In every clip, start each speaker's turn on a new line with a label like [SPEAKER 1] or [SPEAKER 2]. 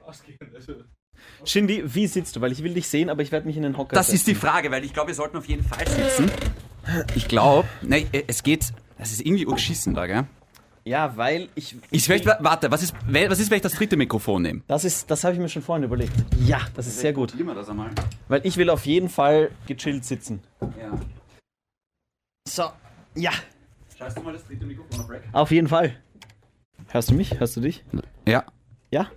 [SPEAKER 1] ausgehen. Also,
[SPEAKER 2] Shindy, wie sitzt du? Weil ich will dich sehen, aber ich werde mich in den Hocker
[SPEAKER 3] Das
[SPEAKER 2] setzen.
[SPEAKER 3] ist die Frage, weil ich glaube, wir sollten auf jeden Fall sitzen. Ich glaube, ne, es geht. Das ist irgendwie urschissen da, gell?
[SPEAKER 2] Ja, weil ich...
[SPEAKER 3] Ich vielleicht, warte, was ist, wel- was ist, wenn ich das dritte Mikrofon nehme?
[SPEAKER 2] Das ist, das habe ich mir schon vorhin überlegt. Ja, das ist sehr gut.
[SPEAKER 3] Nimm mal das einmal.
[SPEAKER 2] Weil ich will auf jeden Fall gechillt sitzen.
[SPEAKER 3] Ja.
[SPEAKER 2] So, ja,
[SPEAKER 3] Scheißt du mal das dritte Mikrofon auf Rack?
[SPEAKER 2] auf jeden Fall. Hörst du mich? Hörst du dich?
[SPEAKER 3] Ja.
[SPEAKER 2] Ja?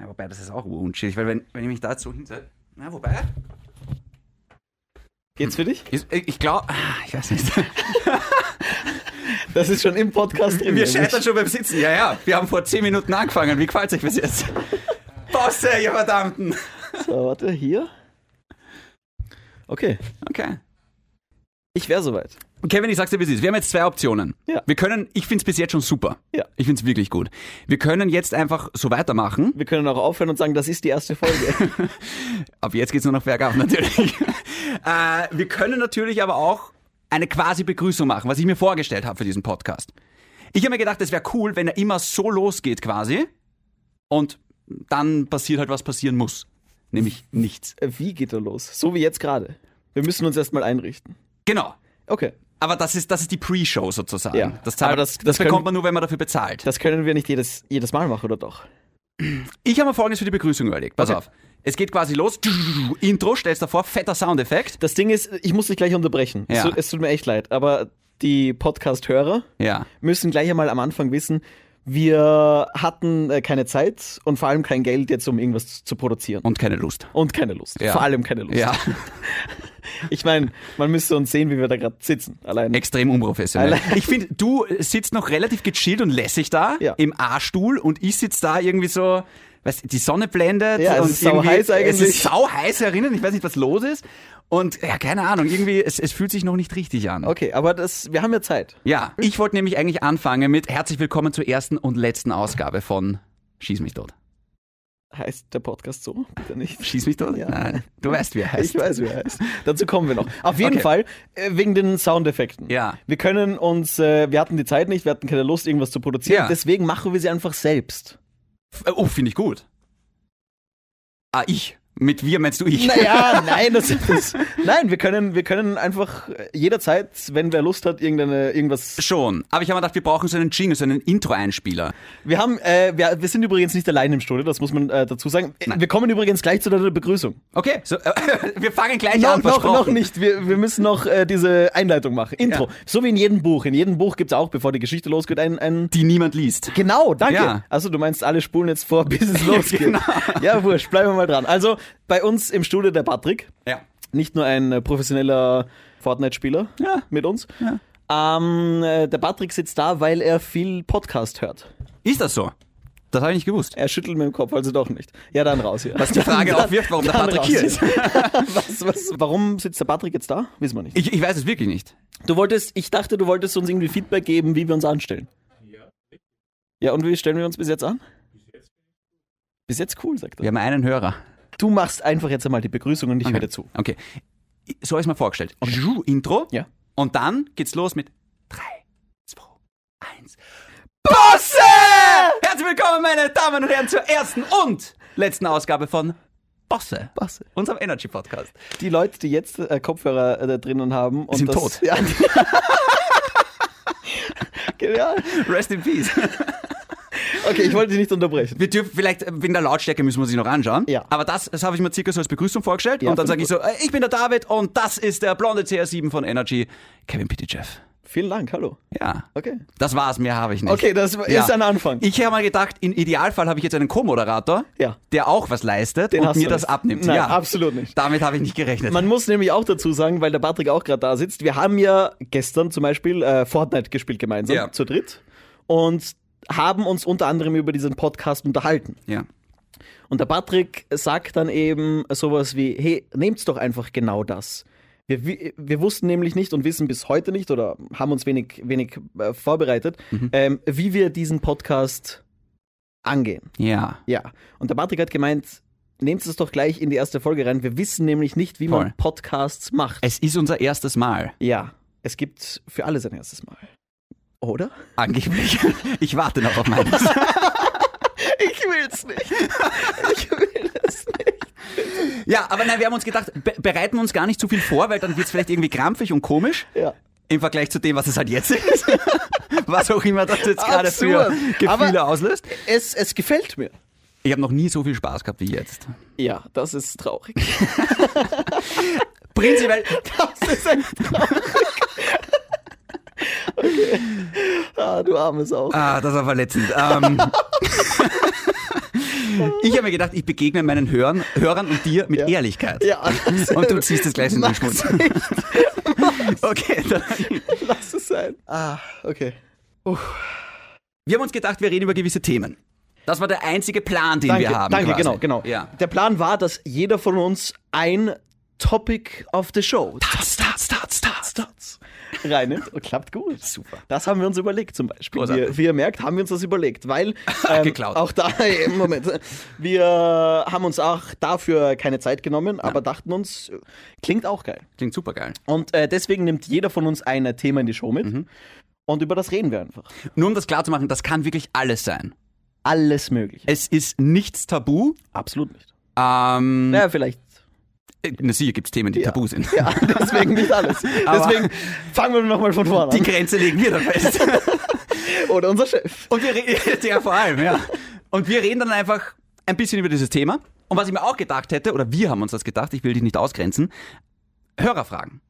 [SPEAKER 3] Ja, Wobei, das ist auch unschädlich, weil wenn, wenn ich mich da jetzt so hinsetze. Na, wobei.
[SPEAKER 2] Geht's für dich?
[SPEAKER 3] Ich, äh, ich glaube. Ich weiß nicht.
[SPEAKER 2] Das ist schon im Podcast drin.
[SPEAKER 3] Wir
[SPEAKER 2] nämlich.
[SPEAKER 3] scheitern schon beim Sitzen. Ja, ja. Wir haben vor 10 Minuten angefangen. Wie gefällt euch bis jetzt? Bosse, ihr Verdammten!
[SPEAKER 2] So, warte, hier. Okay,
[SPEAKER 3] Okay.
[SPEAKER 2] ich wäre soweit.
[SPEAKER 3] Kevin, ich sag's dir, wie es ist. Wir haben jetzt zwei Optionen.
[SPEAKER 2] Ja.
[SPEAKER 3] Wir können, ich find's bis jetzt schon super.
[SPEAKER 2] Ja.
[SPEAKER 3] Ich find's wirklich gut. Wir können jetzt einfach so weitermachen.
[SPEAKER 2] Wir können auch aufhören und sagen, das ist die erste Folge.
[SPEAKER 3] Ab jetzt geht's nur noch bergab, natürlich. äh, wir können natürlich aber auch eine quasi Begrüßung machen, was ich mir vorgestellt habe für diesen Podcast. Ich habe mir gedacht, es wäre cool, wenn er immer so losgeht quasi und dann passiert halt, was passieren muss. Nämlich nichts.
[SPEAKER 2] Äh, wie geht er los? So wie jetzt gerade. Wir müssen uns erstmal einrichten.
[SPEAKER 3] Genau.
[SPEAKER 2] Okay,
[SPEAKER 3] Aber das ist, das ist die Pre-Show sozusagen.
[SPEAKER 2] Ja.
[SPEAKER 3] Das,
[SPEAKER 2] Aber
[SPEAKER 3] zahlt,
[SPEAKER 2] das-
[SPEAKER 3] das,
[SPEAKER 2] das können-
[SPEAKER 3] bekommt man nur, wenn man dafür bezahlt.
[SPEAKER 2] das können wir nicht jedes, jedes Mal machen, oder doch?
[SPEAKER 3] Ich habe mir folgendes für die Begrüßung überlegt. Pass
[SPEAKER 2] Okay.
[SPEAKER 3] auf. Es geht quasi los. Intro, stellst davor, fetter Soundeffekt.
[SPEAKER 2] Das Ding ist, ich muss dich gleich unterbrechen. Es,
[SPEAKER 3] Ja.
[SPEAKER 2] tu- es tut mir echt leid, aber die Podcast-Hörer
[SPEAKER 3] Ja.
[SPEAKER 2] müssen gleich einmal am Anfang wissen, wir hatten äh, keine Zeit und vor allem kein Geld jetzt, um irgendwas zu- zu produzieren.
[SPEAKER 3] Und keine Lust.
[SPEAKER 2] Und keine Lust.
[SPEAKER 3] Ja.
[SPEAKER 2] Vor allem keine Lust.
[SPEAKER 3] Ja,
[SPEAKER 2] Ich meine, man müsste uns sehen, wie wir da gerade sitzen. Allein.
[SPEAKER 3] extrem unprofessionell.
[SPEAKER 2] Allein-
[SPEAKER 3] Ich finde, du sitzt noch relativ gechillt und lässig da
[SPEAKER 2] Ja.
[SPEAKER 3] im A-Stuhl und ich sitze da irgendwie so, weißt die Sonne blendet.
[SPEAKER 2] Ja, es
[SPEAKER 3] und
[SPEAKER 2] ist sau
[SPEAKER 3] irgendwie-
[SPEAKER 2] heiß eigentlich.
[SPEAKER 3] Es ist sau heiß herinnen, ich weiß nicht, was los ist. Und ja, keine Ahnung, irgendwie, es, es fühlt sich noch nicht richtig an.
[SPEAKER 2] Okay, aber das, wir haben ja Zeit.
[SPEAKER 3] Ja, ich wollte nämlich eigentlich anfangen mit herzlich willkommen zur ersten und letzten Ausgabe von Schieß mich tot.
[SPEAKER 2] Heißt der Podcast so? Bitte nicht.
[SPEAKER 3] Schieß mich tot?
[SPEAKER 2] Ja.
[SPEAKER 3] Nein, du weißt, wie er heißt.
[SPEAKER 2] Ich weiß, wie er heißt. Dazu kommen wir noch. Auf jeden
[SPEAKER 3] Okay.
[SPEAKER 2] Fall äh, wegen den Soundeffekten.
[SPEAKER 3] Ja.
[SPEAKER 2] Wir können uns, äh, wir hatten die Zeit nicht, wir hatten keine Lust, irgendwas zu produzieren.
[SPEAKER 3] Ja.
[SPEAKER 2] Deswegen machen wir sie einfach selbst.
[SPEAKER 3] F- Oh, finde ich gut. Ah, ich. Mit wir meinst du ich?
[SPEAKER 2] Naja, nein, das ist. Nein, wir können, wir können einfach äh, jederzeit, wenn wer Lust hat, irgendeine, irgendwas.
[SPEAKER 3] Schon. Aber ich habe mir gedacht, wir brauchen so einen Jingle, so einen Intro-Einspieler.
[SPEAKER 2] Wir haben, äh, wir, wir sind übrigens nicht allein im Studio, das muss man äh, dazu sagen. Äh, Wir kommen übrigens gleich zu der Begrüßung.
[SPEAKER 3] Okay, so, wir fangen gleich
[SPEAKER 2] Noch,
[SPEAKER 3] an.
[SPEAKER 2] noch, noch
[SPEAKER 3] versprochen.
[SPEAKER 2] nicht. Wir, wir müssen noch äh, diese Einleitung machen. Intro.
[SPEAKER 3] Ja.
[SPEAKER 2] So wie in jedem Buch. In jedem Buch gibt es auch, bevor die Geschichte losgeht, ein. ein
[SPEAKER 3] Die niemand liest.
[SPEAKER 2] Genau, danke.
[SPEAKER 3] Ja.
[SPEAKER 2] Also du meinst, alle spulen jetzt vor, bis es losgeht.
[SPEAKER 3] genau.
[SPEAKER 2] Ja, wurscht, bleiben wir mal dran. Also bei uns im Studio der Patrick,
[SPEAKER 3] Ja.
[SPEAKER 2] nicht nur ein äh, professioneller Fortnite-Spieler
[SPEAKER 3] Ja.
[SPEAKER 2] mit uns.
[SPEAKER 3] Ja.
[SPEAKER 2] Ähm, äh, der Patrick sitzt da, weil er viel Podcast hört.
[SPEAKER 3] Ist das so? Das habe ich nicht gewusst.
[SPEAKER 2] Er schüttelt mit dem Kopf, also doch nicht. Ja, dann raus hier.
[SPEAKER 3] Was die Frage
[SPEAKER 2] dann,
[SPEAKER 3] aufwirft, warum der
[SPEAKER 2] dann
[SPEAKER 3] Patrick
[SPEAKER 2] raus
[SPEAKER 3] hier ist.
[SPEAKER 2] was, was, warum sitzt der Patrick jetzt da? Wissen wir nicht.
[SPEAKER 3] Ich, ich weiß es wirklich nicht.
[SPEAKER 2] Du wolltest, ich dachte, du wolltest uns irgendwie Feedback geben, wie wir uns anstellen.
[SPEAKER 1] ja.
[SPEAKER 2] Ja, und wie stellen wir uns bis jetzt an? Bis jetzt cool, sagt er.
[SPEAKER 3] Wir haben einen Hörer.
[SPEAKER 2] Du machst einfach jetzt einmal die Begrüßung und ich höre dir zu.
[SPEAKER 3] Okay. So habe ich es mir vorgestellt. Juhu, Intro.
[SPEAKER 2] Ja.
[SPEAKER 3] Und dann geht's los mit 3, 2, 1. Bosse! Herzlich willkommen, meine Damen und Herren, zur ersten und letzten Ausgabe von Bosse,
[SPEAKER 2] Was?
[SPEAKER 3] unserem Energy Podcast.
[SPEAKER 2] Die Leute, die jetzt äh, Kopfhörer äh, da drinnen haben und
[SPEAKER 3] Sind
[SPEAKER 2] das,
[SPEAKER 3] tot.
[SPEAKER 2] Ja, Genial.
[SPEAKER 3] Rest in Peace.
[SPEAKER 2] Okay, ich wollte dich nicht unterbrechen.
[SPEAKER 3] Wir dürfen vielleicht äh, wegen der Lautstärke müssen wir sie noch anschauen.
[SPEAKER 2] Ja.
[SPEAKER 3] Aber das, das habe ich mir circa so als Begrüßung vorgestellt.
[SPEAKER 2] Ja,
[SPEAKER 3] und dann
[SPEAKER 2] finde
[SPEAKER 3] sage
[SPEAKER 2] ich
[SPEAKER 3] ich so: äh, Ich bin der David und das ist der blonde CR7 von Energy, Kevin P. Jeff.
[SPEAKER 2] Vielen Dank, hallo.
[SPEAKER 3] Ja.
[SPEAKER 2] Okay.
[SPEAKER 3] Das war's, mehr habe ich nicht.
[SPEAKER 2] Okay, das ist ein Anfang.
[SPEAKER 3] Ich habe mal gedacht, im Idealfall habe ich jetzt einen Co-Moderator,
[SPEAKER 2] Ja.
[SPEAKER 3] der auch was leistet
[SPEAKER 2] Den
[SPEAKER 3] und
[SPEAKER 2] hast
[SPEAKER 3] mir
[SPEAKER 2] du
[SPEAKER 3] das
[SPEAKER 2] nicht.
[SPEAKER 3] abnimmt.
[SPEAKER 2] Nein,
[SPEAKER 3] ja,
[SPEAKER 2] absolut nicht.
[SPEAKER 3] Damit habe ich nicht gerechnet.
[SPEAKER 2] Man muss nämlich auch dazu sagen, weil der Patrick auch gerade da sitzt, wir haben ja gestern zum Beispiel äh, Fortnite gespielt gemeinsam,
[SPEAKER 3] Ja.
[SPEAKER 2] zu dritt. Und haben uns unter anderem über diesen Podcast unterhalten.
[SPEAKER 3] ja.
[SPEAKER 2] Und der Patrick sagt dann eben sowas wie, hey, nehmt's doch einfach genau das. Wir, wi- wir wussten nämlich nicht und wissen bis heute nicht oder haben uns wenig, wenig äh, vorbereitet,
[SPEAKER 3] Mhm.
[SPEAKER 2] ähm, wie wir diesen Podcast angehen.
[SPEAKER 3] ja.
[SPEAKER 2] Ja. Und der Patrick hat gemeint, nehmt es doch gleich in die erste Folge rein. Wir wissen nämlich nicht, wie man
[SPEAKER 3] Voll.
[SPEAKER 2] Podcasts macht.
[SPEAKER 3] Es ist unser erstes Mal,
[SPEAKER 2] ja, es gibt für alle sein erstes Mal. Oder?
[SPEAKER 3] angeblich. Ich warte noch auf meines.
[SPEAKER 2] Ich will's nicht. Ich will es nicht.
[SPEAKER 3] Ja, aber nein, wir haben uns gedacht, be bereiten uns gar nicht zu viel vor, weil dann wird's vielleicht irgendwie krampfig und komisch.
[SPEAKER 2] Ja.
[SPEAKER 3] Im Vergleich zu dem, was es halt jetzt ist. was auch immer das jetzt gerade für
[SPEAKER 2] Absurd.
[SPEAKER 3] Gefühle
[SPEAKER 2] Aber-
[SPEAKER 3] auslöst.
[SPEAKER 2] Es, es gefällt mir.
[SPEAKER 3] Ich habe noch nie so viel Spaß gehabt wie jetzt.
[SPEAKER 2] Ja, das ist traurig.
[SPEAKER 3] Prinzipiell,
[SPEAKER 2] Das ist echt traurig. Okay. Ah, du armes auch.
[SPEAKER 3] Ah, das war verletzend. Ähm, ich habe mir gedacht, ich begegne meinen Hörern, Hörern und dir mit
[SPEAKER 2] Ja.
[SPEAKER 3] Ehrlichkeit.
[SPEAKER 2] Ja, das,
[SPEAKER 3] Und du ziehst es gleich in den Schmutz. Okay, dann,
[SPEAKER 2] lass es sein. Ah, okay.
[SPEAKER 3] wir haben uns gedacht, wir reden über gewisse Themen. Das war der einzige Plan, den wir haben.
[SPEAKER 2] danke
[SPEAKER 3] quasi.
[SPEAKER 2] genau, genau.
[SPEAKER 3] Ja.
[SPEAKER 2] Der Plan war, dass jeder von uns ein Topic of the Show
[SPEAKER 3] Tats, tats, tats, tats, tats.
[SPEAKER 2] reinnimmt und klappt gut.
[SPEAKER 3] Super.
[SPEAKER 2] Das haben wir uns überlegt zum Beispiel.
[SPEAKER 3] Großartig.
[SPEAKER 2] Wie, wie ihr merkt, haben wir uns das überlegt, weil ähm,
[SPEAKER 3] Geklaut.
[SPEAKER 2] auch da, im Moment, wir haben uns auch dafür keine Zeit genommen, aber dachten uns, äh, klingt auch geil.
[SPEAKER 3] Klingt super geil.
[SPEAKER 2] Und äh, deswegen nimmt jeder von uns ein Thema in die Show mit
[SPEAKER 3] Mhm.
[SPEAKER 2] und über das reden wir einfach.
[SPEAKER 3] Nur um das klar zu machen, das kann wirklich alles sein.
[SPEAKER 2] Alles mögliche.
[SPEAKER 3] Es ist nichts tabu.
[SPEAKER 2] Absolut nicht.
[SPEAKER 3] Ähm,
[SPEAKER 2] Naja, vielleicht.
[SPEAKER 3] äh, Na, sicher gibt es Themen, die tabu sind.
[SPEAKER 2] Ja, deswegen nicht alles.
[SPEAKER 3] Aber-
[SPEAKER 2] Deswegen fangen wir nochmal von vorne
[SPEAKER 3] Die
[SPEAKER 2] an.
[SPEAKER 3] Grenze legen wir dann fest.
[SPEAKER 2] Oder unser Chef.
[SPEAKER 3] Und wir reden, ja, vor allem, ja. Und wir reden dann einfach ein bisschen über dieses Thema. Und was ich mir auch gedacht hätte, oder wir haben uns das gedacht, ich will dich nicht ausgrenzen, Hörerfragen.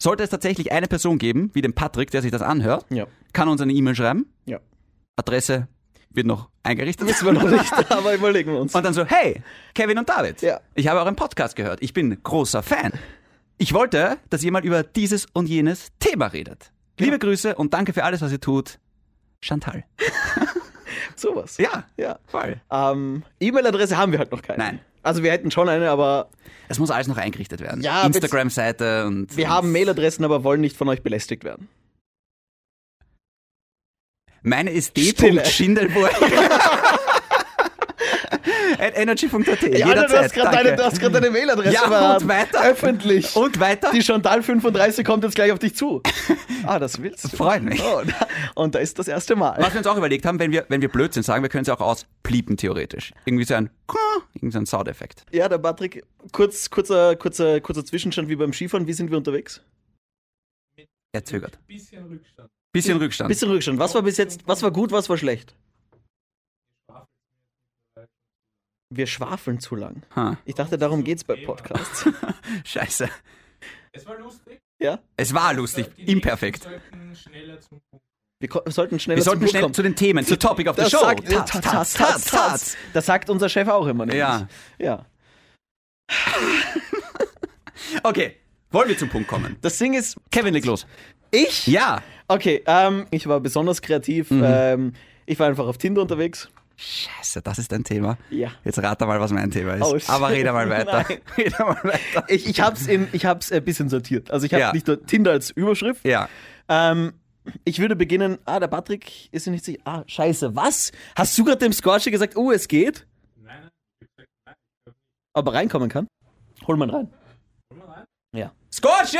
[SPEAKER 3] Sollte es tatsächlich eine Person geben, wie den Patrick, der sich das anhört,
[SPEAKER 2] Ja.
[SPEAKER 3] kann uns eine E-Mail schreiben.
[SPEAKER 2] Ja.
[SPEAKER 3] Adresse wird noch eingerichtet.
[SPEAKER 2] Wissen wir noch nicht, aber überlegen wir uns.
[SPEAKER 3] Und dann so, hey, Kevin und David,
[SPEAKER 2] Ja.
[SPEAKER 3] ich habe euren Podcast gehört. Ich bin großer Fan. Ich wollte, dass ihr mal über dieses und jenes Thema redet. Liebe Grüße und danke für alles, was ihr tut. Chantal.
[SPEAKER 2] Sowas.
[SPEAKER 3] Ja,
[SPEAKER 2] Ja.
[SPEAKER 3] voll.
[SPEAKER 2] Ähm, E-Mail-Adresse haben wir halt noch keine.
[SPEAKER 3] Nein.
[SPEAKER 2] Also wir hätten schon eine, aber
[SPEAKER 3] Es muss alles noch eingerichtet werden.
[SPEAKER 2] Ja,
[SPEAKER 3] Instagram-Seite und.
[SPEAKER 2] wir haben Mailadressen, aber wollen nicht von euch belästigt werden.
[SPEAKER 3] Meine ist
[SPEAKER 2] Stille.
[SPEAKER 3] d.schindelburg. At energy.at.
[SPEAKER 2] Alter, du hast gerade
[SPEAKER 3] jederzeit. Danke.
[SPEAKER 2] deine, du hast grad deine Mailadresse
[SPEAKER 3] Ja, und
[SPEAKER 2] verraten.
[SPEAKER 3] weiter.
[SPEAKER 2] Öffentlich.
[SPEAKER 3] und weiter?
[SPEAKER 2] die Chantal 35 kommt jetzt gleich auf dich zu. Ah, das willst du.
[SPEAKER 3] Freut mich.
[SPEAKER 2] Oh, da- und da ist das erste Mal.
[SPEAKER 3] Was wir uns auch überlegt haben, wenn wir, wenn wir Blödsinn sagen, wir können es auch ausbliepen, theoretisch. Irgendwie so ein, irgendwie so ein Soundeffekt.
[SPEAKER 2] Ja, der Patrick, kurz, kurzer, kurzer, kurzer Zwischenstand wie beim Skifahren. Wie sind wir unterwegs?
[SPEAKER 3] Er zögert.
[SPEAKER 1] bisschen Rückstand.
[SPEAKER 3] Bisschen Rückstand.
[SPEAKER 2] Bisschen Rückstand. Was war bis jetzt, was war gut, was war schlecht? Wir schwafeln zu lang.
[SPEAKER 3] Ha,
[SPEAKER 2] Ich dachte, darum geht's bei Podcasts.
[SPEAKER 3] scheiße.
[SPEAKER 1] Es war lustig.
[SPEAKER 2] Ja?
[SPEAKER 3] Es war lustig.
[SPEAKER 1] Die nächsten
[SPEAKER 3] Imperfekt.
[SPEAKER 1] sollten schneller zum Punkt.
[SPEAKER 2] Wir ko- sollten schneller
[SPEAKER 3] Wir sollten
[SPEAKER 2] zum Punkt
[SPEAKER 3] schnell
[SPEAKER 2] kommen.
[SPEAKER 3] zu den Themen, zu Topic of the
[SPEAKER 2] das
[SPEAKER 3] Show.
[SPEAKER 2] Sagt,
[SPEAKER 3] Tats, tats, tats, tats.
[SPEAKER 2] Das sagt unser Chef auch immer. nämlich.
[SPEAKER 3] Ja.
[SPEAKER 2] ja.
[SPEAKER 3] Okay, wollen wir zum Punkt kommen?
[SPEAKER 2] Das Ding ist,
[SPEAKER 3] Kevin, leg los.
[SPEAKER 2] ich?
[SPEAKER 3] Ja.
[SPEAKER 2] Okay, ähm, ich war besonders kreativ.
[SPEAKER 3] Mhm.
[SPEAKER 2] Ähm, ich war einfach auf Tinder unterwegs.
[SPEAKER 3] Scheiße, das ist ein Thema.
[SPEAKER 2] Ja.
[SPEAKER 3] Jetzt rate mal, was mein Thema ist.
[SPEAKER 2] Oh, shit.
[SPEAKER 3] Aber rede mal weiter.
[SPEAKER 2] Nein.
[SPEAKER 3] Rede mal weiter.
[SPEAKER 2] Ich, ich hab's in, ich hab's ein bisschen sortiert. Also ich habe
[SPEAKER 3] Ja.
[SPEAKER 2] nicht nur Tinder als Überschrift.
[SPEAKER 3] Ja.
[SPEAKER 2] Ähm, ich würde beginnen, ah, der Patrick ist ja nicht sicher. Ah, scheiße, was? Hast du gerade dem Scorcher gesagt, oh, es geht?
[SPEAKER 1] Nein, nein.
[SPEAKER 2] Aber reinkommen kann? Hol mal rein.
[SPEAKER 1] Wollen wir rein?
[SPEAKER 2] Ja.
[SPEAKER 3] Scorchy!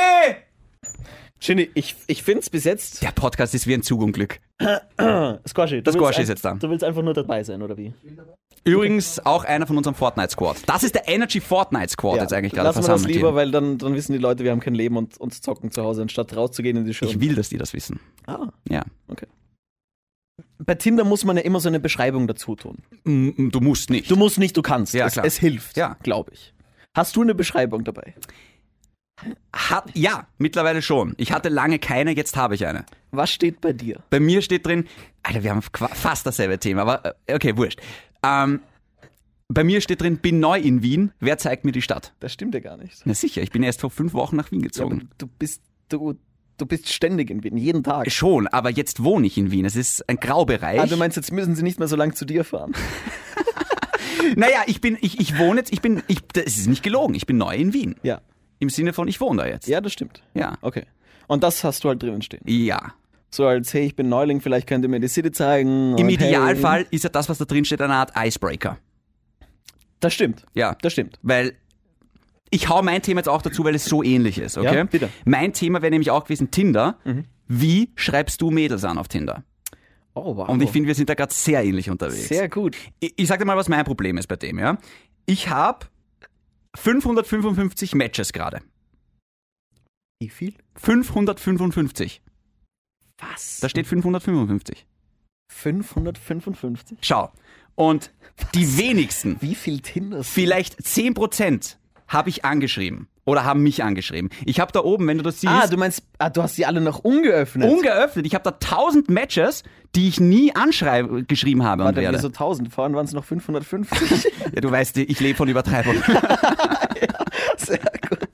[SPEAKER 2] Shinny, ich, ich find's bis jetzt.
[SPEAKER 3] Der Podcast ist wie ein um Zugunglück.
[SPEAKER 2] Squashy,
[SPEAKER 3] Das Squashy ist jetzt da.
[SPEAKER 2] Du willst einfach nur dabei sein, oder wie?
[SPEAKER 3] Übrigens auch einer von unserem Fortnite Squad. Das ist der Energy Fortnite Squad jetzt eigentlich gerade
[SPEAKER 2] Lass mal das
[SPEAKER 3] versammelt.
[SPEAKER 2] lieber,
[SPEAKER 3] hier.
[SPEAKER 2] weil dann, dann wissen die Leute, wir haben kein Leben und uns zocken zu Hause, anstatt rauszugehen in die Schule.
[SPEAKER 3] Ich will, dass die das wissen.
[SPEAKER 2] Ah,
[SPEAKER 3] Ja.
[SPEAKER 2] okay. Bei Tinder muss man ja immer so eine Beschreibung dazu tun.
[SPEAKER 3] Mm, Du musst nicht.
[SPEAKER 2] Du musst nicht, du kannst.
[SPEAKER 3] Ja,
[SPEAKER 2] es,
[SPEAKER 3] klar.
[SPEAKER 2] es hilft,
[SPEAKER 3] Ja.
[SPEAKER 2] glaube ich. Hast du eine Beschreibung dabei?
[SPEAKER 3] Hat, ja, mittlerweile schon. Ich hatte lange keine, jetzt habe ich eine.
[SPEAKER 2] Was steht bei dir?
[SPEAKER 3] Bei mir steht drin, Alter, wir haben qua- fast dasselbe Thema, aber äh, okay, wurscht. Ähm, bei mir steht drin, bin neu in Wien, wer zeigt mir die Stadt?
[SPEAKER 2] Das stimmt ja gar nicht.
[SPEAKER 3] Na sicher, ich bin erst vor fünf Wochen nach Wien
[SPEAKER 2] Ja, aber
[SPEAKER 3] gezogen.
[SPEAKER 2] du bist du, du bist ständig in Wien, jeden Tag.
[SPEAKER 3] Äh, Schon, aber jetzt wohne ich in Wien. Es ist ein Graubereich.
[SPEAKER 2] Ah, du meinst, jetzt müssen sie nicht mehr so lang zu dir fahren.
[SPEAKER 3] naja, ich bin, ich, ich wohne jetzt, ich bin, ich, das ist nicht gelogen, ich bin neu in Wien.
[SPEAKER 2] Ja.
[SPEAKER 3] Im Sinne von, ich wohne da jetzt.
[SPEAKER 2] Ja, das stimmt.
[SPEAKER 3] Ja.
[SPEAKER 2] Okay. Und das hast du halt drinnen stehen.
[SPEAKER 3] Ja.
[SPEAKER 2] So als, hey, ich bin Neuling, vielleicht könnt ihr mir die City zeigen.
[SPEAKER 3] Im
[SPEAKER 2] und hey.
[SPEAKER 3] Idealfall ist ja das, was da drin steht, eine Art Icebreaker.
[SPEAKER 2] Das stimmt.
[SPEAKER 3] Ja.
[SPEAKER 2] Das stimmt.
[SPEAKER 3] Weil ich hau mein Thema jetzt auch dazu, weil es so ähnlich ist, okay?
[SPEAKER 2] Ja, bitte. Mhm.
[SPEAKER 3] Mein Thema wäre nämlich auch gewesen Tinder. Wie schreibst du Mädels an auf Tinder?
[SPEAKER 2] Oh, wow.
[SPEAKER 3] Und ich finde, wir sind da gerade sehr ähnlich unterwegs.
[SPEAKER 2] Sehr gut.
[SPEAKER 3] ich, ich sag dir mal, was mein Problem ist bei dem, ja. Ich habe 555 Matches gerade.
[SPEAKER 2] Wie viel?
[SPEAKER 3] 555.
[SPEAKER 2] Was?
[SPEAKER 3] Da steht 555.
[SPEAKER 2] 555?
[SPEAKER 3] Schau. Und die wenigsten,
[SPEAKER 2] Wie viel Tinder?
[SPEAKER 3] vielleicht 10% habe ich angeschrieben oder haben mich angeschrieben. Ich habe da oben, wenn du das siehst,
[SPEAKER 2] Ah, du meinst, ah, du hast die alle noch ungeöffnet.
[SPEAKER 3] ungeöffnet, ich habe da 1000 Matches, die ich nie angeschrieben habe und
[SPEAKER 2] Warte,
[SPEAKER 3] werde.
[SPEAKER 2] wir so 1000. Vorhin waren es noch 550.
[SPEAKER 3] ja, du weißt, ich lebe von Übertreibung.
[SPEAKER 2] Sehr gut.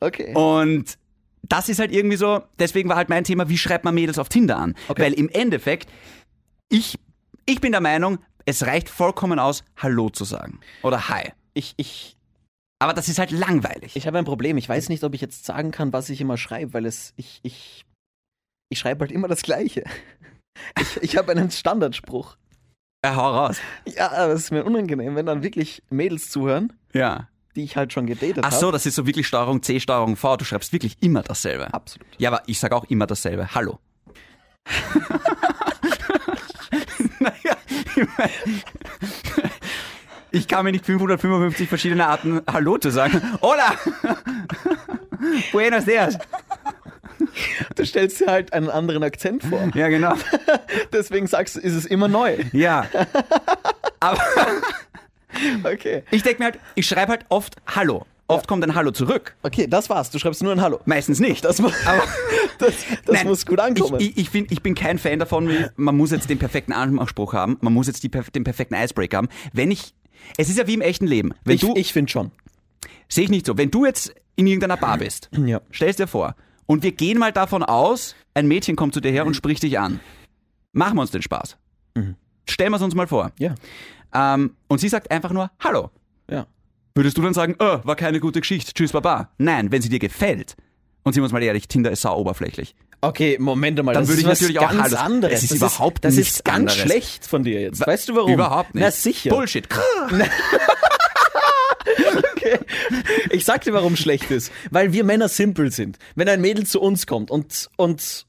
[SPEAKER 2] Okay.
[SPEAKER 3] Und das ist halt irgendwie so, deswegen war halt mein Thema, wie schreibt man Mädels auf Tinder an?
[SPEAKER 2] Okay.
[SPEAKER 3] Weil im Endeffekt, ich, ich bin der Meinung, es reicht vollkommen aus, Hallo zu sagen. Oder Hi.
[SPEAKER 2] Ich, ich,
[SPEAKER 3] Aber das ist halt langweilig.
[SPEAKER 2] ich habe ein Problem. Ich weiß nicht, ob ich jetzt sagen kann, was ich immer schreibe, weil es, ich, ich, ich schreibe halt immer das Gleiche. Ich, ich habe einen Standardspruch.
[SPEAKER 3] Ja, hau raus.
[SPEAKER 2] Ja, aber es ist mir unangenehm, wenn dann wirklich Mädels zuhören,
[SPEAKER 3] Ja.
[SPEAKER 2] die ich halt schon gedatet habe.
[SPEAKER 3] Ach so, das ist so wirklich Steuerung C, Steuerung V. Du schreibst wirklich immer dasselbe.
[SPEAKER 2] Absolut.
[SPEAKER 3] Ja, aber ich sage auch immer dasselbe. Hallo. naja, ich, mein, ich kann mir nicht 555 verschiedene Arten Hallo zu sagen. Hola! Buenos dias!
[SPEAKER 2] Du stellst dir halt einen anderen Akzent vor.
[SPEAKER 3] Ja, genau.
[SPEAKER 2] Deswegen sagst du, ist es immer neu.
[SPEAKER 3] Ja. Aber
[SPEAKER 2] Okay.
[SPEAKER 3] ich denke mir halt, ich schreibe halt oft Hallo. Oft kommt ein Hallo zurück.
[SPEAKER 2] Okay, das war's. Du schreibst nur ein Hallo.
[SPEAKER 3] Meistens nicht.
[SPEAKER 2] Das, mu-
[SPEAKER 3] aber
[SPEAKER 2] das, das
[SPEAKER 3] Nein,
[SPEAKER 2] muss gut ankommen.
[SPEAKER 3] Ich, ich, ich, find, ich bin kein Fan davon, wie, man muss jetzt den perfekten Anmachspruch haben, man muss jetzt die, perf- den perfekten Icebreaker haben. Wenn ich, es ist ja wie im echten Leben. Wenn
[SPEAKER 2] ich,
[SPEAKER 3] du,
[SPEAKER 2] ich finde schon.
[SPEAKER 3] sehe ich nicht so, wenn du jetzt in irgendeiner Bar bist,
[SPEAKER 2] Ja.
[SPEAKER 3] stellst dir vor, und wir gehen mal davon aus, ein Mädchen kommt zu dir her und spricht dich an. Machen wir uns den Spaß.
[SPEAKER 2] Mhm.
[SPEAKER 3] Stellen wir es uns mal vor.
[SPEAKER 2] Ja.
[SPEAKER 3] Ähm, und sie sagt einfach nur Hallo.
[SPEAKER 2] Ja.
[SPEAKER 3] Würdest du dann sagen, oh, war keine gute Geschichte, tschüss, baba? Nein, wenn sie dir gefällt. Und sind wir uns mal ehrlich, Tinder ist sau oberflächlich.
[SPEAKER 2] Okay, Moment mal.
[SPEAKER 3] Dann
[SPEAKER 2] das
[SPEAKER 3] würde
[SPEAKER 2] ist
[SPEAKER 3] ich
[SPEAKER 2] was
[SPEAKER 3] natürlich auch
[SPEAKER 2] ganz
[SPEAKER 3] Hallo sagen.
[SPEAKER 2] anderes.
[SPEAKER 3] Es ist
[SPEAKER 2] das
[SPEAKER 3] überhaupt
[SPEAKER 2] ist, das
[SPEAKER 3] nichts
[SPEAKER 2] ist ganz
[SPEAKER 3] anderes.
[SPEAKER 2] schlecht von dir jetzt. Weißt du warum?
[SPEAKER 3] Überhaupt nicht.
[SPEAKER 2] Na sicher.
[SPEAKER 3] Bullshit.
[SPEAKER 2] Okay. Ich sag dir, warum schlecht ist. Weil wir Männer simpel sind. Wenn ein Mädel zu uns kommt und, und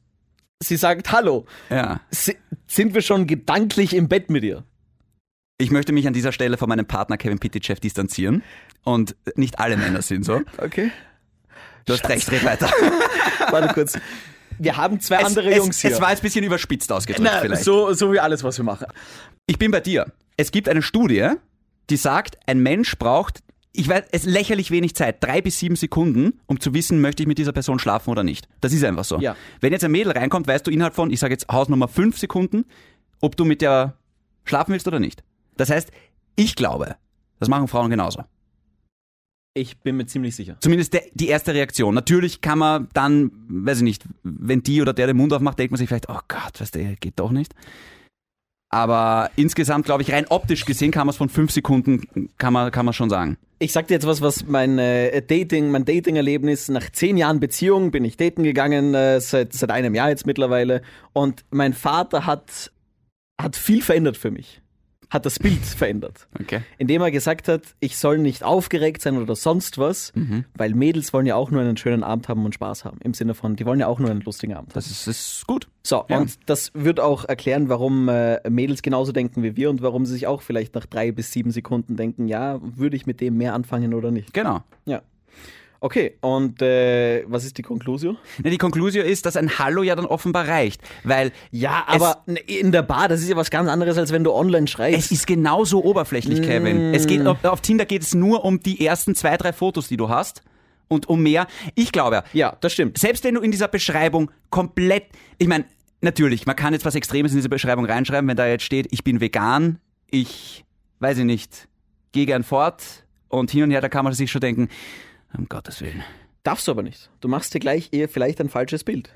[SPEAKER 2] sie sagt Hallo,
[SPEAKER 3] Ja.
[SPEAKER 2] si- sind wir schon gedanklich im Bett mit ihr.
[SPEAKER 3] Ich möchte mich an dieser Stelle von meinem Partner Kevin Pitychev distanzieren. Und nicht alle Männer sind so.
[SPEAKER 2] Okay.
[SPEAKER 3] Du hast recht, red weiter.
[SPEAKER 2] Warte kurz. Wir haben zwei andere
[SPEAKER 3] es,
[SPEAKER 2] Jungs hier.
[SPEAKER 3] Es war jetzt ein bisschen überspitzt ausgedrückt
[SPEAKER 2] Na,
[SPEAKER 3] vielleicht.
[SPEAKER 2] so, so wie alles, was wir machen.
[SPEAKER 3] Ich bin bei dir. Es gibt eine Studie, die sagt, ein Mensch braucht, ich weiß, es lächerlich wenig Zeit, drei bis sieben Sekunden, um zu wissen, möchte ich mit dieser Person schlafen oder nicht. Das ist einfach so.
[SPEAKER 2] Ja.
[SPEAKER 3] Wenn jetzt ein Mädel reinkommt, weißt du innerhalb von, ich sage jetzt Hausnummer fünf Sekunden, ob du mit der schlafen willst oder nicht. Das heißt, ich glaube, das machen Frauen genauso.
[SPEAKER 2] Ich bin mir ziemlich sicher.
[SPEAKER 3] Zumindest der, die erste Reaktion. Natürlich kann man dann, weiß ich nicht, wenn die oder der den Mund aufmacht, denkt man sich vielleicht, oh Gott, was der geht doch nicht. Aber insgesamt, glaube ich, rein optisch gesehen kann man es von fünf Sekunden, kann man, kann man schon sagen.
[SPEAKER 2] Ich sag dir jetzt was, was mein äh, Dating, mein Dating-Erlebnis nach zehn Jahren Beziehung bin ich daten gegangen, äh, seit, seit einem Jahr jetzt mittlerweile. Und mein Vater hat, hat viel verändert für mich. Hat das Bild verändert.
[SPEAKER 3] Okay.
[SPEAKER 2] Indem er gesagt hat, ich soll nicht aufgeregt sein oder sonst was, weil Mädels wollen ja auch nur einen schönen Abend haben und Spaß haben. Im Sinne von, die wollen ja auch nur einen lustigen Abend haben.
[SPEAKER 3] Das ist, ist gut.
[SPEAKER 2] So,
[SPEAKER 3] Ja.
[SPEAKER 2] und das wird auch erklären, warum äh, Mädels genauso denken wie wir und warum sie sich auch vielleicht nach drei bis sieben Sekunden denken, ja, würde ich mit dem mehr anfangen oder nicht.
[SPEAKER 3] Genau.
[SPEAKER 2] Ja. Okay, und äh, was ist die Konklusion?
[SPEAKER 3] Ne, die Konklusio ist, dass ein Hallo ja dann offenbar reicht, weil
[SPEAKER 2] Ja, aber in der Bar, das ist ja was ganz anderes, als wenn du online
[SPEAKER 3] es
[SPEAKER 2] schreibst.
[SPEAKER 3] ist genauso oberflächlich, Kevin. Es geht, auf, auf Tinder geht es nur um die ersten zwei, drei Fotos, die du hast und um mehr. Ich glaube,
[SPEAKER 2] ja, das stimmt.
[SPEAKER 3] selbst wenn du in dieser Beschreibung komplett, ich meine, natürlich, man kann jetzt was Extremes in diese Beschreibung reinschreiben, wenn da jetzt steht, ich bin vegan, ich, weiß ich nicht, gehe gern fort und hin und her, da kann man sich schon denken, um Gottes Willen.
[SPEAKER 2] Darfst du aber nicht. Du machst dir gleich eher vielleicht ein falsches Bild.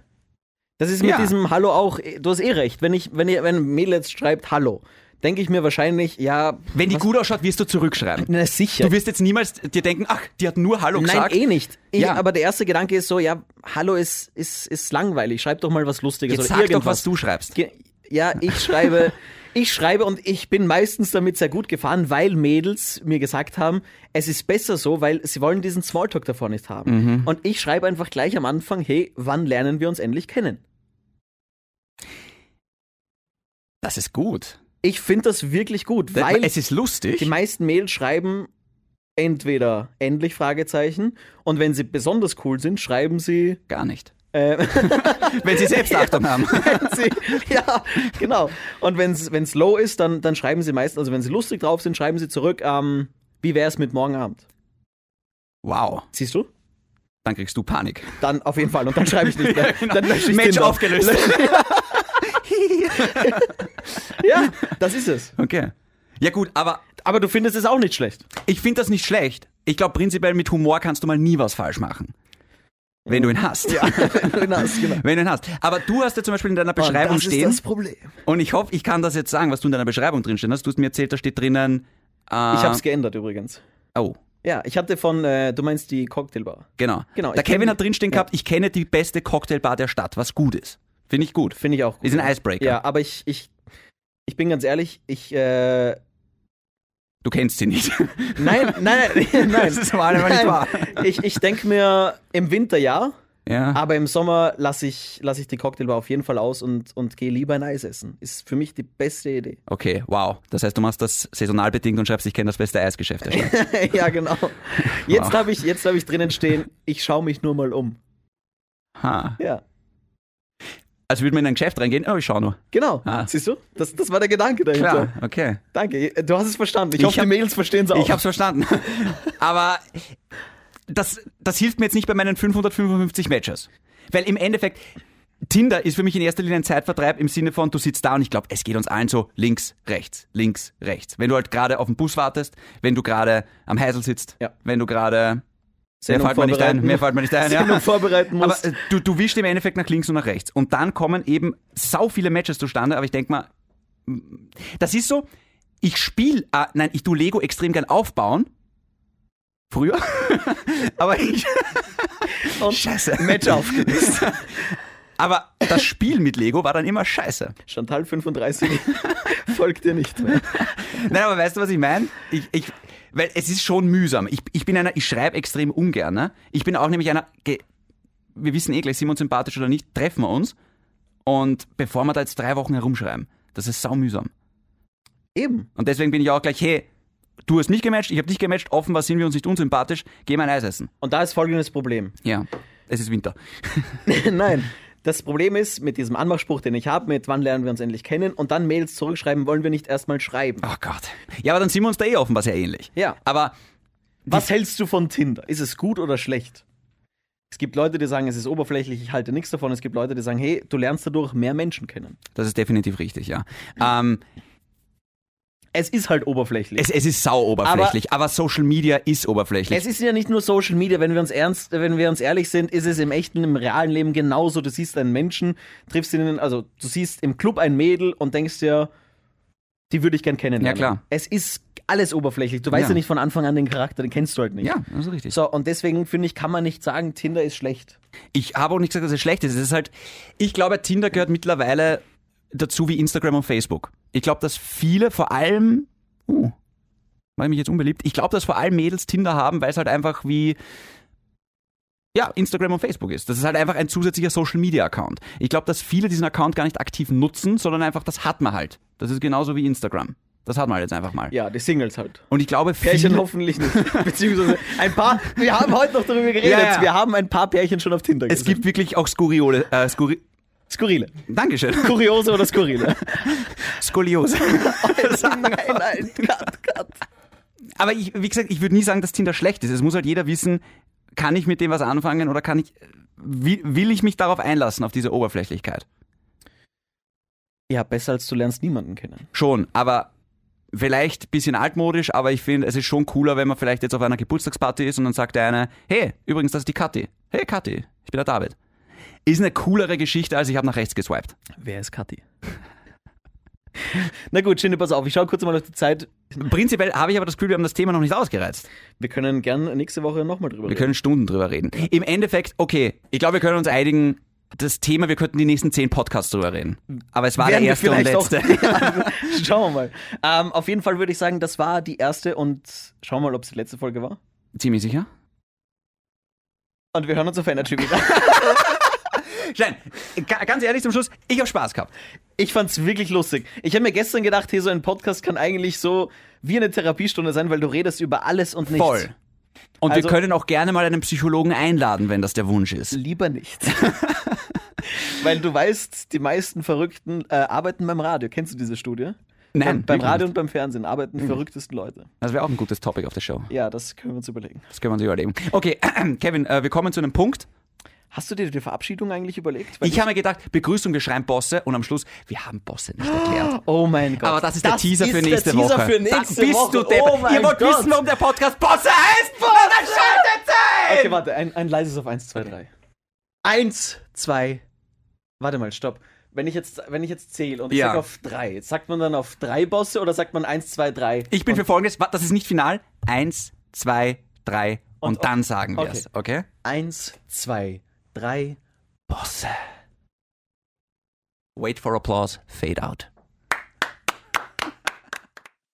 [SPEAKER 2] Das ist mit
[SPEAKER 3] Ja.
[SPEAKER 2] diesem Hallo auch, eh, du hast eh recht. Wenn, ich, wenn, ihr, wenn ein Mädel jetzt schreibt Hallo, denke ich mir wahrscheinlich, ja,
[SPEAKER 3] Wenn die gut ausschaut, wirst du zurückschreiben.
[SPEAKER 2] na sicher.
[SPEAKER 3] Du wirst jetzt niemals dir denken, ach, die hat nur Hallo
[SPEAKER 2] Nein,
[SPEAKER 3] gesagt.
[SPEAKER 2] eh nicht. Ich,
[SPEAKER 3] Ja.
[SPEAKER 2] Aber der erste Gedanke ist so, ja, hallo ist, ist, ist langweilig, schreib doch mal was Lustiges
[SPEAKER 3] jetzt
[SPEAKER 2] oder
[SPEAKER 3] sag doch, was
[SPEAKER 2] irgendwas.
[SPEAKER 3] du schreibst.
[SPEAKER 2] Ge- Ja, ich schreibe, ich schreibe und ich bin meistens damit sehr gut gefahren, weil Mädels mir gesagt haben, es ist besser so, weil sie wollen diesen Smalltalk davor nicht haben. Und ich schreibe einfach gleich am Anfang, hey, wann lernen wir uns endlich kennen?
[SPEAKER 3] Das ist gut.
[SPEAKER 2] Ich finde das wirklich gut,
[SPEAKER 3] Das-
[SPEAKER 2] weil
[SPEAKER 3] es ist lustig.
[SPEAKER 2] die meisten Mädels schreiben entweder endlich Fragezeichen und wenn sie besonders cool sind, schreiben sie,
[SPEAKER 3] Gar nicht.
[SPEAKER 2] äh,
[SPEAKER 3] Wenn sie Selbstachtung haben.
[SPEAKER 2] sie ja, genau. Und wenn es low ist, dann, dann schreiben sie meistens, also wenn sie lustig drauf sind, schreiben sie zurück, ähm, wie wäre es mit morgen Abend?
[SPEAKER 3] Wow.
[SPEAKER 2] Siehst du?
[SPEAKER 3] Dann kriegst du Panik.
[SPEAKER 2] Dann auf jeden Fall. Und dann schreibe ich nicht mehr. Dann lösche ich
[SPEAKER 3] Match
[SPEAKER 2] Tinder.
[SPEAKER 3] aufgelöst.
[SPEAKER 2] Ja, das ist es.
[SPEAKER 3] Okay. Ja gut, aber
[SPEAKER 2] Aber du findest es auch nicht schlecht.
[SPEAKER 3] ich finde das nicht schlecht. Ich glaube, prinzipiell mit Humor kannst du mal nie was falsch machen. Wenn du ihn hast.
[SPEAKER 2] das, genau.
[SPEAKER 3] Wenn du ihn hast. Aber du hast ja zum Beispiel in deiner Beschreibung
[SPEAKER 2] Oh, das
[SPEAKER 3] stehen,
[SPEAKER 2] ist das Problem.
[SPEAKER 3] und ich hoffe, ich kann das jetzt sagen, was du in deiner Beschreibung drin stehen hast. Du hast mir erzählt, da steht drinnen. Äh,
[SPEAKER 2] Ich habe es geändert übrigens.
[SPEAKER 3] Oh,
[SPEAKER 2] Ja, ich hatte von, äh, du meinst die Cocktailbar.
[SPEAKER 3] genau.
[SPEAKER 2] Genau,
[SPEAKER 3] der
[SPEAKER 2] ich kenn-
[SPEAKER 3] Kevin hat drinstehen
[SPEAKER 2] Ja.
[SPEAKER 3] gehabt, ich kenne die beste Cocktailbar der Stadt, was gut ist. Finde ich gut.
[SPEAKER 2] Finde ich auch gut.
[SPEAKER 3] Ist ein Icebreaker.
[SPEAKER 2] Ja, aber ich, ich, ich bin ganz ehrlich, ich, äh,
[SPEAKER 3] Du kennst sie nicht.
[SPEAKER 2] nein, nein, nein,
[SPEAKER 3] Das
[SPEAKER 2] nein.
[SPEAKER 3] ist aber einfach nicht
[SPEAKER 2] Nein.
[SPEAKER 3] wahr.
[SPEAKER 2] Ich, ich denke mir, im Winter ja,
[SPEAKER 3] Ja.
[SPEAKER 2] aber im Sommer lasse ich, lass ich die Cocktailbar auf jeden Fall aus und, und gehe lieber ein Eis essen. Ist für mich die beste Idee.
[SPEAKER 3] Okay, wow. Das heißt, du machst das saisonal bedingt und schreibst, ich kenne das beste Eisgeschäft. der Stadt.
[SPEAKER 2] ja, genau. Jetzt
[SPEAKER 3] Wow.
[SPEAKER 2] habe ich, jetzt hab ich drinnen stehen, ich schaue mich nur mal um.
[SPEAKER 3] ha.
[SPEAKER 2] Ja,
[SPEAKER 3] Also würde man in ein Geschäft reingehen? Oh, ich schau nur.
[SPEAKER 2] genau.
[SPEAKER 3] Ah.
[SPEAKER 2] Siehst du? Das, das war der Gedanke dahinter.
[SPEAKER 3] Klar, okay.
[SPEAKER 2] Danke, du hast es verstanden. Ich,
[SPEAKER 3] Ich
[SPEAKER 2] hoffe,
[SPEAKER 3] hab-
[SPEAKER 2] die Mädels verstehen es auch.
[SPEAKER 3] Ich hab's verstanden. Aber das, das hilft mir jetzt nicht bei meinen 555 Matches. Weil im Endeffekt, Tinder ist für mich in erster Linie ein Zeitvertreib im Sinne von, du sitzt da und ich glaube, es geht uns allen so links, rechts, links, rechts. Wenn du halt gerade auf den Bus wartest, wenn du gerade am Heisel sitzt,
[SPEAKER 2] Ja.
[SPEAKER 3] wenn du gerade. Mehr
[SPEAKER 2] Sendung
[SPEAKER 3] fällt mir nicht ein,
[SPEAKER 2] vorbereiten.
[SPEAKER 3] mehr fällt mir nicht ein. Ja.
[SPEAKER 2] Sendung vorbereiten musst.
[SPEAKER 3] Aber äh, du, du wischst im Endeffekt nach links und nach rechts. Und dann kommen eben sau viele Matches zustande, aber ich denke mal, m, das ist so, ich spiele, äh, nein, ich tu Lego extrem gern aufbauen. Früher. aber ich,
[SPEAKER 2] Und
[SPEAKER 3] scheiße.
[SPEAKER 2] Match aufgelöst.
[SPEAKER 3] Aber das Spiel mit Lego war dann immer scheiße.
[SPEAKER 2] Chantal 35 folgt dir nicht mehr.
[SPEAKER 3] Nein, aber weißt du, was ich meine? Ich, ich, weil es ist schon mühsam. Ich, ich bin einer, ich schreibe extrem ungern. Ne? Ich bin auch nämlich einer, ge, wir wissen eh gleich, sind wir uns sympathisch oder nicht, treffen wir uns. Und bevor wir da jetzt drei Wochen herumschreiben, das ist sau mühsam.
[SPEAKER 2] Eben.
[SPEAKER 3] Und deswegen bin ich auch gleich, hey, du hast mich gematcht, ich habe dich gematcht, offenbar sind wir uns nicht unsympathisch, geh mal ein Eis essen.
[SPEAKER 2] Und da ist folgendes Problem.
[SPEAKER 3] Ja, es ist Winter.
[SPEAKER 2] Nein. Das Problem ist mit diesem Anmachspruch, den ich habe, mit wann lernen wir uns endlich kennen und dann Mails zurückschreiben, wollen wir nicht erstmal schreiben.
[SPEAKER 3] Oh Gott. Ja, aber dann sind wir uns da eh offenbar sehr ähnlich.
[SPEAKER 2] Ja.
[SPEAKER 3] Aber
[SPEAKER 2] Was hältst du von Tinder? Ist es gut oder schlecht? Es gibt Leute, die sagen, es ist oberflächlich, ich halte nichts davon. Es gibt Leute, die sagen, hey, du lernst dadurch mehr Menschen kennen.
[SPEAKER 3] das ist definitiv richtig, ja. Ähm,
[SPEAKER 2] Es ist halt oberflächlich.
[SPEAKER 3] es, es ist sau oberflächlich, aber, Social Media ist oberflächlich.
[SPEAKER 2] Es ist ja nicht nur Social Media, wenn wir uns ernst, wenn wir uns ehrlich sind, ist es im echten, im realen Leben genauso. Du siehst einen Menschen, triffst ihn, in- also du siehst im Club ein Mädel und denkst dir, die würde ich gern kennenlernen.
[SPEAKER 3] Ja, klar.
[SPEAKER 2] Es ist alles oberflächlich. Du weißt ja.
[SPEAKER 3] Ja.
[SPEAKER 2] nicht von Anfang an den Charakter, den kennst du halt nicht.
[SPEAKER 3] ja, das ist richtig.
[SPEAKER 2] So, und deswegen finde ich, kann man nicht sagen, Tinder ist schlecht.
[SPEAKER 3] Ich habe auch nicht gesagt, dass es schlecht ist. Es ist halt, ich glaube, Tinder gehört mittlerweile dazu wie Instagram und Facebook. Ich glaube, dass viele, vor allem, uh, mache ich mich jetzt unbeliebt, ich glaube, dass vor allem Mädels Tinder haben, weil es halt einfach wie, ja, Instagram und Facebook ist. Das ist halt einfach ein zusätzlicher Social Media Account. Ich glaube, dass viele diesen Account gar nicht aktiv nutzen, sondern einfach, das hat man halt. Das ist genauso wie Instagram. Das hat man halt jetzt einfach mal.
[SPEAKER 2] Ja, die Singles halt.
[SPEAKER 3] Und ich glaube,
[SPEAKER 2] Pärchen
[SPEAKER 3] viele,
[SPEAKER 2] hoffentlich nicht. Beziehungsweise ein paar, wir haben heute noch darüber geredet,
[SPEAKER 3] Ja, ja.
[SPEAKER 2] wir haben ein paar Pärchen schon auf Tinder
[SPEAKER 3] es gibt wirklich auch Skuriole, äh, Skuri,
[SPEAKER 2] Skurrile.
[SPEAKER 3] Dankeschön,
[SPEAKER 2] Kuriose oder Skurrile?
[SPEAKER 3] Skoliose.
[SPEAKER 2] nein, nein, cut, cut.
[SPEAKER 3] Aber ich, wie gesagt, ich würde nie sagen, dass Tinder schlecht ist. Es muss halt jeder wissen, kann ich mit dem was anfangen oder kann ich, will, will ich mich darauf einlassen, auf diese Oberflächlichkeit?
[SPEAKER 2] Ja, besser als du lernst niemanden kennen.
[SPEAKER 3] Schon, aber vielleicht ein bisschen altmodisch, aber ich finde, es ist schon cooler, wenn man vielleicht jetzt auf einer Geburtstagsparty ist und dann sagt der eine, hey, übrigens, das ist die Kathi. Hey, Kathi, ich bin der David. Ist eine coolere Geschichte, als ich habe nach rechts geswiped.
[SPEAKER 2] Wer ist Kathi? Na gut, Schinde, pass auf, ich schaue kurz mal auf die Zeit.
[SPEAKER 3] Prinzipiell habe ich aber das Gefühl, wir haben das Thema noch nicht ausgereizt.
[SPEAKER 2] Wir können gern nächste Woche nochmal drüber
[SPEAKER 3] Wir
[SPEAKER 2] reden.
[SPEAKER 3] können Stunden drüber reden. Im Endeffekt, okay, ich glaube, wir können uns einigen, das Thema, wir könnten die nächsten zehn Podcasts drüber reden. Aber es war
[SPEAKER 2] Werden
[SPEAKER 3] der
[SPEAKER 2] wir
[SPEAKER 3] erste und
[SPEAKER 2] vielleicht auch-
[SPEAKER 3] letzte.
[SPEAKER 2] Schauen wir mal. Ähm, auf jeden Fall würde ich sagen, das war die erste und schauen wir mal, ob es die letzte Folge war.
[SPEAKER 3] Ziemlich sicher?
[SPEAKER 2] Und wir hören uns auf Energy wieder.
[SPEAKER 3] Nein, ga- ganz ehrlich zum Schluss, ich habe Spaß gehabt.
[SPEAKER 2] Ich fand's wirklich lustig. Ich habe mir gestern gedacht, hey, so ein Podcast kann eigentlich so wie eine Therapiestunde sein, weil du redest über alles und nichts.
[SPEAKER 3] Voll. Und
[SPEAKER 2] Also-
[SPEAKER 3] wir können auch gerne mal einen Psychologen einladen, wenn das der Wunsch ist.
[SPEAKER 2] Lieber nicht. weil du weißt, die meisten Verrückten äh, arbeiten beim Radio. Kennst du diese Studie?
[SPEAKER 3] Nein,
[SPEAKER 2] beim
[SPEAKER 3] wirklich
[SPEAKER 2] Radio und beim Fernsehen arbeiten die verrücktesten Leute.
[SPEAKER 3] Das wäre auch ein gutes Topic auf der Show.
[SPEAKER 2] Ja, das können wir uns überlegen.
[SPEAKER 3] Das können wir uns überlegen. Okay, Kevin, äh, wir kommen zu einem Punkt.
[SPEAKER 2] Hast du dir die Verabschiedung eigentlich überlegt? Weil
[SPEAKER 3] Ich habe mir gedacht, Begrüßung, wir schreiben Bosse und am Schluss, wir haben Bosse nicht erklärt.
[SPEAKER 2] Oh mein Gott.
[SPEAKER 3] Aber das ist der Teaser für
[SPEAKER 2] ist der
[SPEAKER 3] nächste
[SPEAKER 2] Teaser
[SPEAKER 3] Woche.
[SPEAKER 2] Für nächste
[SPEAKER 3] da bist
[SPEAKER 2] Woche.
[SPEAKER 3] du Depp.
[SPEAKER 2] Oh mein
[SPEAKER 3] Ihr wollt
[SPEAKER 2] Gott.
[SPEAKER 3] wissen, warum der Podcast Bosse heißt? Bosse! Dann schaltet ein!
[SPEAKER 2] Okay, warte, ein, ein leises auf 1, 2, 3. 1, 2. Warte mal, stopp. Wenn ich jetzt, wenn ich jetzt zähle und ich
[SPEAKER 3] Ja.
[SPEAKER 2] sag auf 3, sagt man dann auf 3 Bosse oder sagt man 1, 2, 3?
[SPEAKER 3] Ich bin für folgendes, wa- das ist nicht final. Eins, zwei, drei und,
[SPEAKER 2] Und-
[SPEAKER 3] dann sagen wir es, okay?
[SPEAKER 2] 1, 2, 3.
[SPEAKER 3] Bosse. Wait for applause, fade out.